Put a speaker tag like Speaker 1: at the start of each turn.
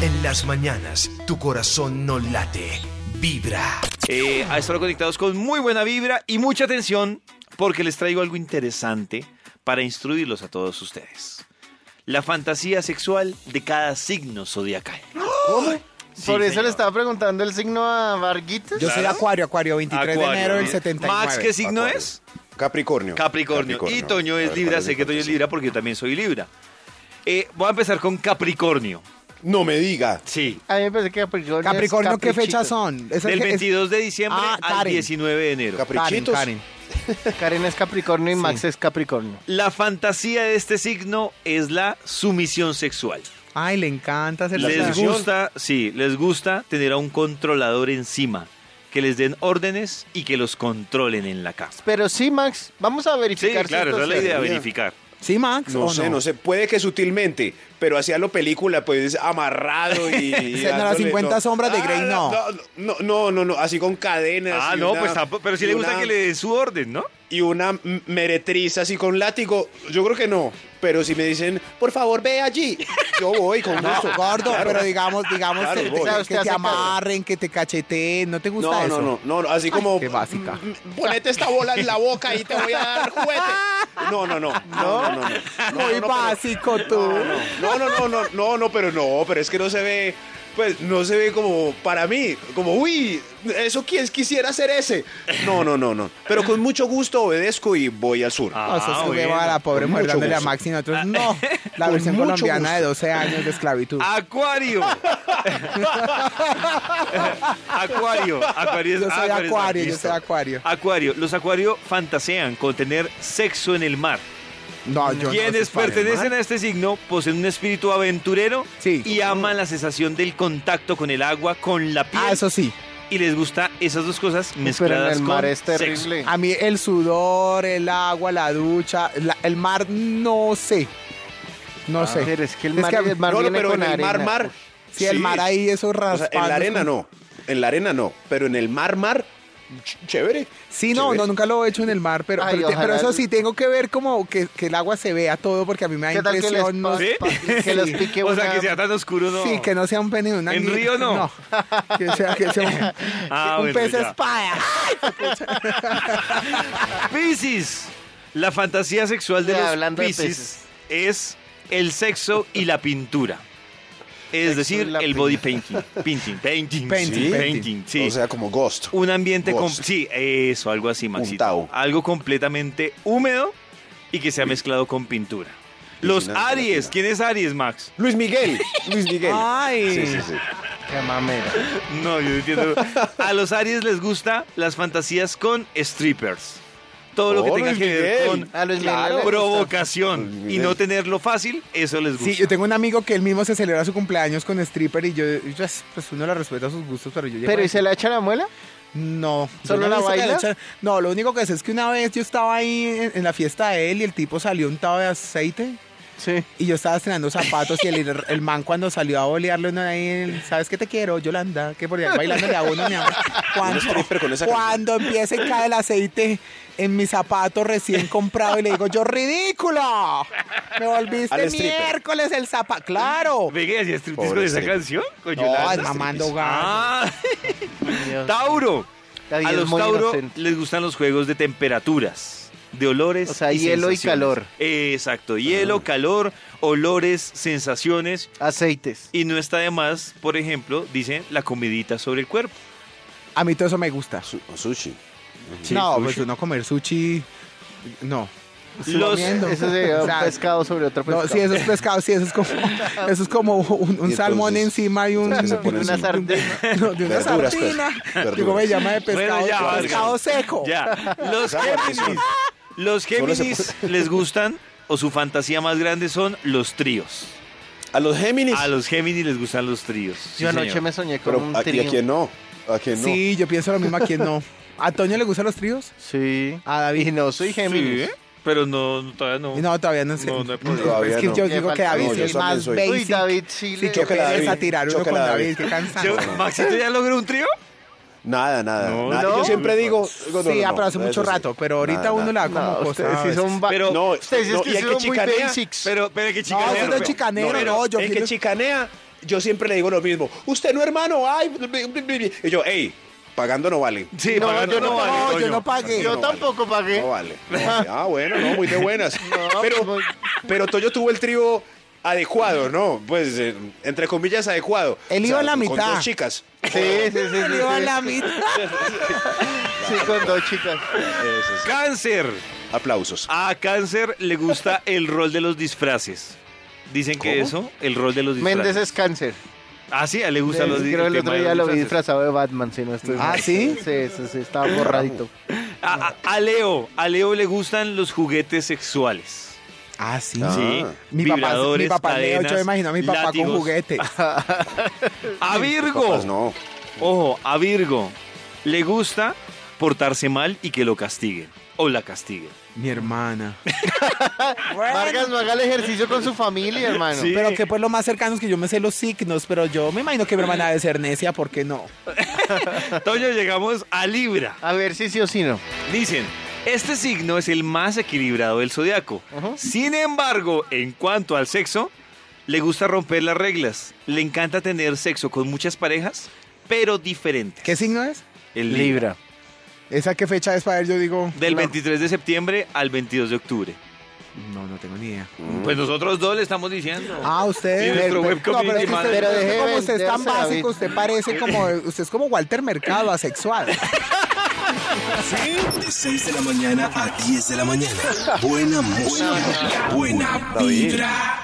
Speaker 1: En las mañanas, tu corazón no late, vibra.
Speaker 2: Eh, a estar conectados con muy buena vibra y mucha atención porque les traigo algo interesante para instruirlos a todos ustedes. La fantasía sexual de cada signo zodiacal. Sí,
Speaker 3: Por eso
Speaker 2: señor.
Speaker 3: le estaba preguntando el signo a Varguitas.
Speaker 4: Yo soy Acuario, Acuario, 23 de
Speaker 2: Acuario,
Speaker 4: enero del
Speaker 2: bien.
Speaker 4: 79.
Speaker 2: Max, ¿qué signo
Speaker 5: Acuario.
Speaker 2: es?
Speaker 5: pues, Capricornio.
Speaker 2: Capricornio. Y Toño
Speaker 5: A
Speaker 2: es
Speaker 5: ver,
Speaker 2: Libra,
Speaker 5: ¿cuál
Speaker 2: sé que
Speaker 5: la
Speaker 2: Toño es
Speaker 5: fantasía?
Speaker 2: Libra porque yo también soy Libra. Eh, voy a empezar con Capricornio.
Speaker 5: No me diga.
Speaker 2: Sí.
Speaker 3: A mí me parece que Capricornio. es
Speaker 4: Capricornio, ¿qué
Speaker 3: caprichito.
Speaker 4: fechas son? Es el
Speaker 2: Del
Speaker 4: que- es-
Speaker 2: 22 de diciembre
Speaker 4: Ah,
Speaker 2: al
Speaker 4: Karen.
Speaker 2: 19 de enero.
Speaker 4: Karen,
Speaker 5: Caprichitos.
Speaker 4: Karen.
Speaker 3: Karen es Capricornio y Max es Capricornio.
Speaker 2: La fantasía de este signo es la sumisión sexual.
Speaker 4: Ay, le encanta hacer
Speaker 5: La
Speaker 2: Les
Speaker 5: sumisión.
Speaker 2: gusta, sí, les gusta tener a un controlador encima, que les den órdenes y que los controlen en la casa.
Speaker 3: Pero sí, Max, vamos a
Speaker 2: Sí,
Speaker 3: verificar. si
Speaker 2: claro,
Speaker 3: esto
Speaker 2: esa es la
Speaker 3: es
Speaker 2: idea,
Speaker 3: cierto.
Speaker 2: verificar.
Speaker 4: ¿Sí, Max?
Speaker 5: No
Speaker 4: o
Speaker 5: sé, no sé, puede que sutilmente, pero hacía lo película, pues amarrado y. y
Speaker 4: Escena de las
Speaker 5: dándole, Ah,
Speaker 4: 50 sombras de Grey, no.
Speaker 5: No, no, no, no, no, así con cadenas.
Speaker 2: Ah,
Speaker 5: y
Speaker 2: no,
Speaker 5: una-
Speaker 2: pues tampoco, pero sí
Speaker 5: y
Speaker 2: le gusta
Speaker 5: una-
Speaker 2: que le den su orden, ¿no?
Speaker 5: Y una m- meretriz así con látigo, yo creo que no, pero si me dicen, por favor, ve allí, yo voy con
Speaker 4: No,
Speaker 5: gusto.
Speaker 4: gordo,
Speaker 5: Claro.
Speaker 4: pero digamos, digamos
Speaker 5: Claro,
Speaker 4: que,
Speaker 5: voy.
Speaker 4: que-
Speaker 3: Claro,
Speaker 4: que
Speaker 3: usted hace
Speaker 4: te
Speaker 3: caso.
Speaker 4: amarren, que te cacheteen, ¿no te gusta
Speaker 5: No,
Speaker 4: eso?
Speaker 5: no, no, no, no, así como.
Speaker 4: qué básica.
Speaker 5: "Mm, mm, Ponete esta bola en la boca y te voy a dar juguete. No, no, no. No, no, no. no, no,
Speaker 4: Muy
Speaker 5: no, pero-
Speaker 4: básico tú.
Speaker 5: No, no, no, no, no, no, pero no, pero es que no se ve. Pues no se ve como para mí, como, uy, eso quien quisiera ser ese. No, no, no, no. Pero con mucho gusto obedezco y voy al sur.
Speaker 2: Ah,
Speaker 4: O sea, se
Speaker 2: bueno.
Speaker 4: hueva a la pobre
Speaker 5: Con
Speaker 4: mujer
Speaker 5: mucho
Speaker 4: dándole a
Speaker 5: gusto. Ah.
Speaker 4: Max y nosotros, no. La
Speaker 5: Con
Speaker 4: versión
Speaker 5: mucho
Speaker 4: colombiana de
Speaker 5: gusto. Ah,
Speaker 4: 12 años de esclavitud.
Speaker 2: Acuario. acuario. Acuario.
Speaker 5: ah,
Speaker 2: es-
Speaker 4: Yo soy
Speaker 2: Acuario es-
Speaker 4: Acuario, yo
Speaker 2: listo.
Speaker 4: soy Acuario.
Speaker 2: Acuario. Los Acuario fantasean con tener sexo en el mar.
Speaker 4: No, yo no
Speaker 2: Quienes
Speaker 4: soy para el
Speaker 2: pertenecen
Speaker 4: mar.
Speaker 2: a este signo poseen un espíritu aventurero
Speaker 4: Sí.
Speaker 2: y aman la sensación del contacto con el agua, con la piel.
Speaker 4: Ah, eso sí.
Speaker 2: Y les gusta esas dos cosas
Speaker 3: Pero en
Speaker 2: mezcladas
Speaker 3: el mar
Speaker 2: con
Speaker 3: es terrible.
Speaker 4: A mí el sudor, el agua, la ducha, la- el mar, no sé. No sé.
Speaker 3: Ah, Pero es que el
Speaker 4: Es
Speaker 3: mar,
Speaker 4: que a mí-
Speaker 3: el mar
Speaker 5: no, no,
Speaker 3: viene
Speaker 5: pero
Speaker 3: con
Speaker 5: en el mar,
Speaker 3: arena.
Speaker 5: mar.
Speaker 4: Si el mar ahí, eso
Speaker 5: O
Speaker 4: raspando.
Speaker 5: sea, en la arena no. En la arena no. Pero en el mar, mar, ch- chévere.
Speaker 4: Sí, no,
Speaker 5: Chévere.
Speaker 4: no, nunca lo he hecho en el mar, pero,
Speaker 3: Ay,
Speaker 4: pero, te-
Speaker 3: ojalá
Speaker 4: pero eso
Speaker 3: el-
Speaker 4: sí, tengo que ver como que, que el agua se vea todo, porque a mí me da
Speaker 3: ¿Qué tal que les,
Speaker 4: impresión. no-
Speaker 3: pa-
Speaker 2: ¿Sí?
Speaker 3: pa- que les pique
Speaker 2: o sea,
Speaker 3: una-
Speaker 2: que sea tan oscuro, no.
Speaker 4: Sí, que no sea un pene de una
Speaker 2: ¿En
Speaker 4: ni-
Speaker 2: río no?
Speaker 4: Que sea, que sea un,
Speaker 2: Ah,
Speaker 4: un
Speaker 2: bueno,
Speaker 4: pez
Speaker 2: ya.
Speaker 4: espada.
Speaker 2: Piscis. La fantasía sexual de
Speaker 3: Ya,
Speaker 2: los
Speaker 3: hablando de
Speaker 2: Piscis es el sexo y la pintura. Es
Speaker 3: Sexo y
Speaker 2: decir,
Speaker 3: la
Speaker 2: el body painting. Painting, painting, sí,
Speaker 4: Painting, painting.
Speaker 2: painting, sí.
Speaker 5: O sea, como ghost.
Speaker 2: un ambiente com-
Speaker 5: Ghost.
Speaker 2: sí, eso, algo así, Maxito.
Speaker 5: Untao.
Speaker 2: Algo completamente húmedo y que se ha mezclado con pintura. Los
Speaker 5: Piscina,
Speaker 2: Aries,
Speaker 5: piscina.
Speaker 2: ¿quién es Aries, Max?
Speaker 5: Luis Miguel. Luis Miguel.
Speaker 4: Ay.
Speaker 5: Sí, sí, sí.
Speaker 3: Qué mamera.
Speaker 2: No, yo no entiendo. A los Aries les gusta las fantasías con strippers. Todo lo que
Speaker 5: Oh,
Speaker 2: tenga
Speaker 5: Luis
Speaker 2: que ver
Speaker 5: Miguel.
Speaker 2: con
Speaker 3: A Luis Miguel
Speaker 2: claro,
Speaker 3: le gusta.
Speaker 2: provocación
Speaker 5: Luis
Speaker 2: y no
Speaker 5: Miguel.
Speaker 2: tenerlo fácil, eso les gusta.
Speaker 4: Sí, yo tengo un amigo que él mismo se celebra su cumpleaños con stripper y yo, y yo, pues uno le respeta sus gustos, pero yo llego
Speaker 3: ¿Pero
Speaker 4: ahí-
Speaker 3: y se la echa la muela?
Speaker 4: No. yo
Speaker 3: ¿Solo
Speaker 4: no
Speaker 3: la
Speaker 4: he visto que le
Speaker 3: baila?
Speaker 4: echan- No, lo único que sé es que una vez yo estaba ahí en, en la fiesta de él y el tipo salió untado de aceite
Speaker 3: Sí.
Speaker 4: y yo estaba estrenando zapatos y el, el man cuando salió a bolearlo, uno ahí, él, ¿sabes qué te quiero, Yolanda? Que por ahí bailándole a uno, mi amor. Cuando,
Speaker 5: stripper con esa
Speaker 4: cuando empieza y cae el aceite en mi zapato recién comprado y le digo, yo ridículo, me
Speaker 5: Al
Speaker 4: volviste
Speaker 5: stripper.
Speaker 4: miércoles el zapato. Claro.
Speaker 2: Venga, ¿y striptease con
Speaker 5: Pobre
Speaker 2: esa
Speaker 5: stripper.
Speaker 2: canción? Con
Speaker 4: No,
Speaker 2: Yolanda.
Speaker 4: es mamando gato.
Speaker 2: Ah, Tauro.
Speaker 3: David
Speaker 2: A
Speaker 3: es
Speaker 2: los
Speaker 3: muy
Speaker 2: Tauro
Speaker 3: inocente.
Speaker 2: les gustan los juegos de temperaturas, de olores.
Speaker 3: O sea, hielo y
Speaker 2: sensaciones.
Speaker 3: calor. Ah.
Speaker 2: Exacto, hielo, calor, olores, sensaciones.
Speaker 3: Aceites.
Speaker 2: Y no está de más, por ejemplo, dicen la comidita sobre el cuerpo.
Speaker 4: A mí todo eso me gusta.
Speaker 5: Su- Sushi.
Speaker 4: no,
Speaker 2: sushi.
Speaker 4: pues uno comer sushi, no.
Speaker 2: Los,
Speaker 4: Comiendo.
Speaker 3: Eso sería
Speaker 4: O sea,
Speaker 3: un pescado sobre otro pescado.
Speaker 4: No, sí, eso es pescado, sí, eso es como, eso es como un, un
Speaker 5: entonces,
Speaker 4: salmón encima y un,
Speaker 5: ¿qué se pone
Speaker 3: Y una
Speaker 5: encima?
Speaker 3: sardina.
Speaker 4: no, de una
Speaker 5: Verduras, pues,
Speaker 4: sardina.
Speaker 5: verduras.
Speaker 4: Digo, me llama de pescado,
Speaker 2: Bueno, ya, Vargas.
Speaker 4: pescado seco.
Speaker 2: ya. Los
Speaker 5: Esa guarnición.
Speaker 2: Géminis. Los
Speaker 5: Solo se
Speaker 2: Géminis les gustan, o su fantasía más grande son los tríos.
Speaker 5: A los Géminis.
Speaker 2: A los Géminis les gustan los tríos. sí,
Speaker 3: Yo anoche
Speaker 2: señor.
Speaker 3: me soñé con
Speaker 5: Pero
Speaker 3: un
Speaker 5: a, y a
Speaker 3: trío.
Speaker 5: quién no. A quién no.
Speaker 4: Sí, yo pienso lo mismo a quien no. ¿A Toño le gustan los tríos?
Speaker 3: Sí.
Speaker 4: A David.
Speaker 3: Y no soy Géminis.
Speaker 2: Sí, pero no, no, todavía no.
Speaker 4: Y No, todavía no sé.
Speaker 2: No, no he podido.
Speaker 4: es
Speaker 5: Todavía
Speaker 4: que
Speaker 5: no.
Speaker 4: yo
Speaker 3: Me
Speaker 4: digo que
Speaker 3: falta-
Speaker 4: David
Speaker 3: No, yo
Speaker 4: es
Speaker 5: también
Speaker 4: más
Speaker 5: soy-
Speaker 4: basic.
Speaker 3: Uy, David sí
Speaker 4: Sí,
Speaker 3: le-
Speaker 4: qué
Speaker 5: Choca la
Speaker 4: pereza
Speaker 5: David,
Speaker 4: tirar uno
Speaker 5: choca
Speaker 4: con
Speaker 5: la
Speaker 4: David,
Speaker 5: David.
Speaker 4: qué
Speaker 2: Yo-
Speaker 4: cansado.
Speaker 2: ¿Maxito ya logró un trío?
Speaker 5: Nada, nada.
Speaker 2: No,
Speaker 5: nada.
Speaker 2: no.
Speaker 5: Yo siempre digo. no, no,
Speaker 4: sí, ah,
Speaker 5: no,
Speaker 4: pero hace
Speaker 5: eso
Speaker 4: mucho
Speaker 5: sí.
Speaker 4: rato, pero ahorita
Speaker 5: Nada,
Speaker 4: uno le da como
Speaker 3: No,
Speaker 4: cosa.
Speaker 3: ustedes
Speaker 4: a
Speaker 3: sí
Speaker 4: veces.
Speaker 3: son... va-
Speaker 2: Pero-
Speaker 5: No,
Speaker 3: Ustedes sí es
Speaker 5: no,
Speaker 3: que
Speaker 5: y el
Speaker 3: son
Speaker 5: que
Speaker 3: muy
Speaker 5: chicanea.
Speaker 3: basics.
Speaker 2: Pero, pero que
Speaker 4: No,
Speaker 2: Ah, chicanero.
Speaker 4: eso no es chicanero, no, yo
Speaker 5: el
Speaker 4: quiero-
Speaker 5: que chicanea yo siempre le digo lo mismo. Usted no, hermano, ay. bl- bl- bl- bl". Y yo, hey, pagando no vale.
Speaker 2: Sí,
Speaker 3: No,
Speaker 2: pagando
Speaker 3: yo no,
Speaker 2: no vale,
Speaker 4: no, yo
Speaker 2: coño.
Speaker 4: no pagué.
Speaker 5: Yo
Speaker 3: Yo
Speaker 5: no
Speaker 3: tampoco pagué.
Speaker 5: No vale. No, ah, bueno, no, muy de buenas.
Speaker 3: No, pues
Speaker 5: pero,
Speaker 3: muy-
Speaker 5: pero Toyo tuvo el trío adecuado, ¿no? Pues, eh, entre comillas, adecuado.
Speaker 4: Él iba a la
Speaker 5: con-
Speaker 4: mitad.
Speaker 5: Con dos chicas.
Speaker 3: Sí, sí, sí. sí,
Speaker 4: Salió a
Speaker 3: sí.
Speaker 4: la mitad.
Speaker 3: Sí, con dos chicas.
Speaker 5: Eso sí.
Speaker 2: Cáncer.
Speaker 3: Ah,
Speaker 5: Aplausos.
Speaker 2: A Cáncer le gusta el rol de los disfraces. Dicen que
Speaker 5: ¿Cómo?
Speaker 2: eso, el rol de los disfraces.
Speaker 3: Méndez es cáncer.
Speaker 2: Ah, sí, a él le gusta los
Speaker 3: Creo que el
Speaker 2: el
Speaker 3: otro
Speaker 2: tema de
Speaker 3: día
Speaker 2: los
Speaker 3: lo vi
Speaker 2: disfraces.
Speaker 3: disfrazado de Batman, si no estoy
Speaker 4: ¿Ah,
Speaker 3: mal.
Speaker 4: sí?
Speaker 3: Sí, sí, sí, estaba borradito.
Speaker 2: A, a- a Leo, a Leo le gustan los juguetes sexuales.
Speaker 4: Ah, sí.
Speaker 5: Ah.
Speaker 2: Sí,
Speaker 4: Mi papá, mi
Speaker 2: vibradores,
Speaker 4: papá Leo, yo
Speaker 2: cadenas,
Speaker 4: me imagino a mi papá
Speaker 2: látigos.
Speaker 4: con juguete.
Speaker 2: A Virgo,
Speaker 5: Papás, no.
Speaker 2: ojo, a Virgo le gusta portarse mal y que lo castiguen o la castiguen.
Speaker 4: Mi hermana.
Speaker 3: Vargas no haga el ejercicio con su familia, hermano.
Speaker 2: Sí.
Speaker 4: Pero que pues lo más cercano es que yo me sé los signos, pero yo me imagino que mi hermana debe ser necia, ¿por qué no?
Speaker 2: Toño, llegamos a Libra.
Speaker 3: A ver si sí o si no.
Speaker 2: Dicen, este signo es el más equilibrado del zodiaco. Sin embargo, en cuanto al sexo, le gusta romper las reglas. Le encanta tener sexo con muchas parejas, pero diferentes.
Speaker 4: ¿Qué signo es?
Speaker 2: El
Speaker 3: Libra.
Speaker 4: ¿Esa qué fecha es para ver? Yo digo...
Speaker 2: Del 23 de septiembre al 22 de octubre.
Speaker 4: No, no tengo ni idea.
Speaker 2: Pues nosotros dos le estamos diciendo.
Speaker 4: Ah,
Speaker 2: Sí,
Speaker 4: usted.
Speaker 2: nuestro
Speaker 4: Pero-
Speaker 2: web community
Speaker 4: pero es que usted,
Speaker 2: manager.
Speaker 4: es que
Speaker 3: Pero
Speaker 4: como
Speaker 3: deje
Speaker 4: usted es tan
Speaker 3: venderse,
Speaker 4: básico,
Speaker 3: David.
Speaker 4: usted parece como. Usted es como Walter Mercado, asexual.
Speaker 1: De 6 de la mañana a 10 de la mañana. Buena música. Buena vibra.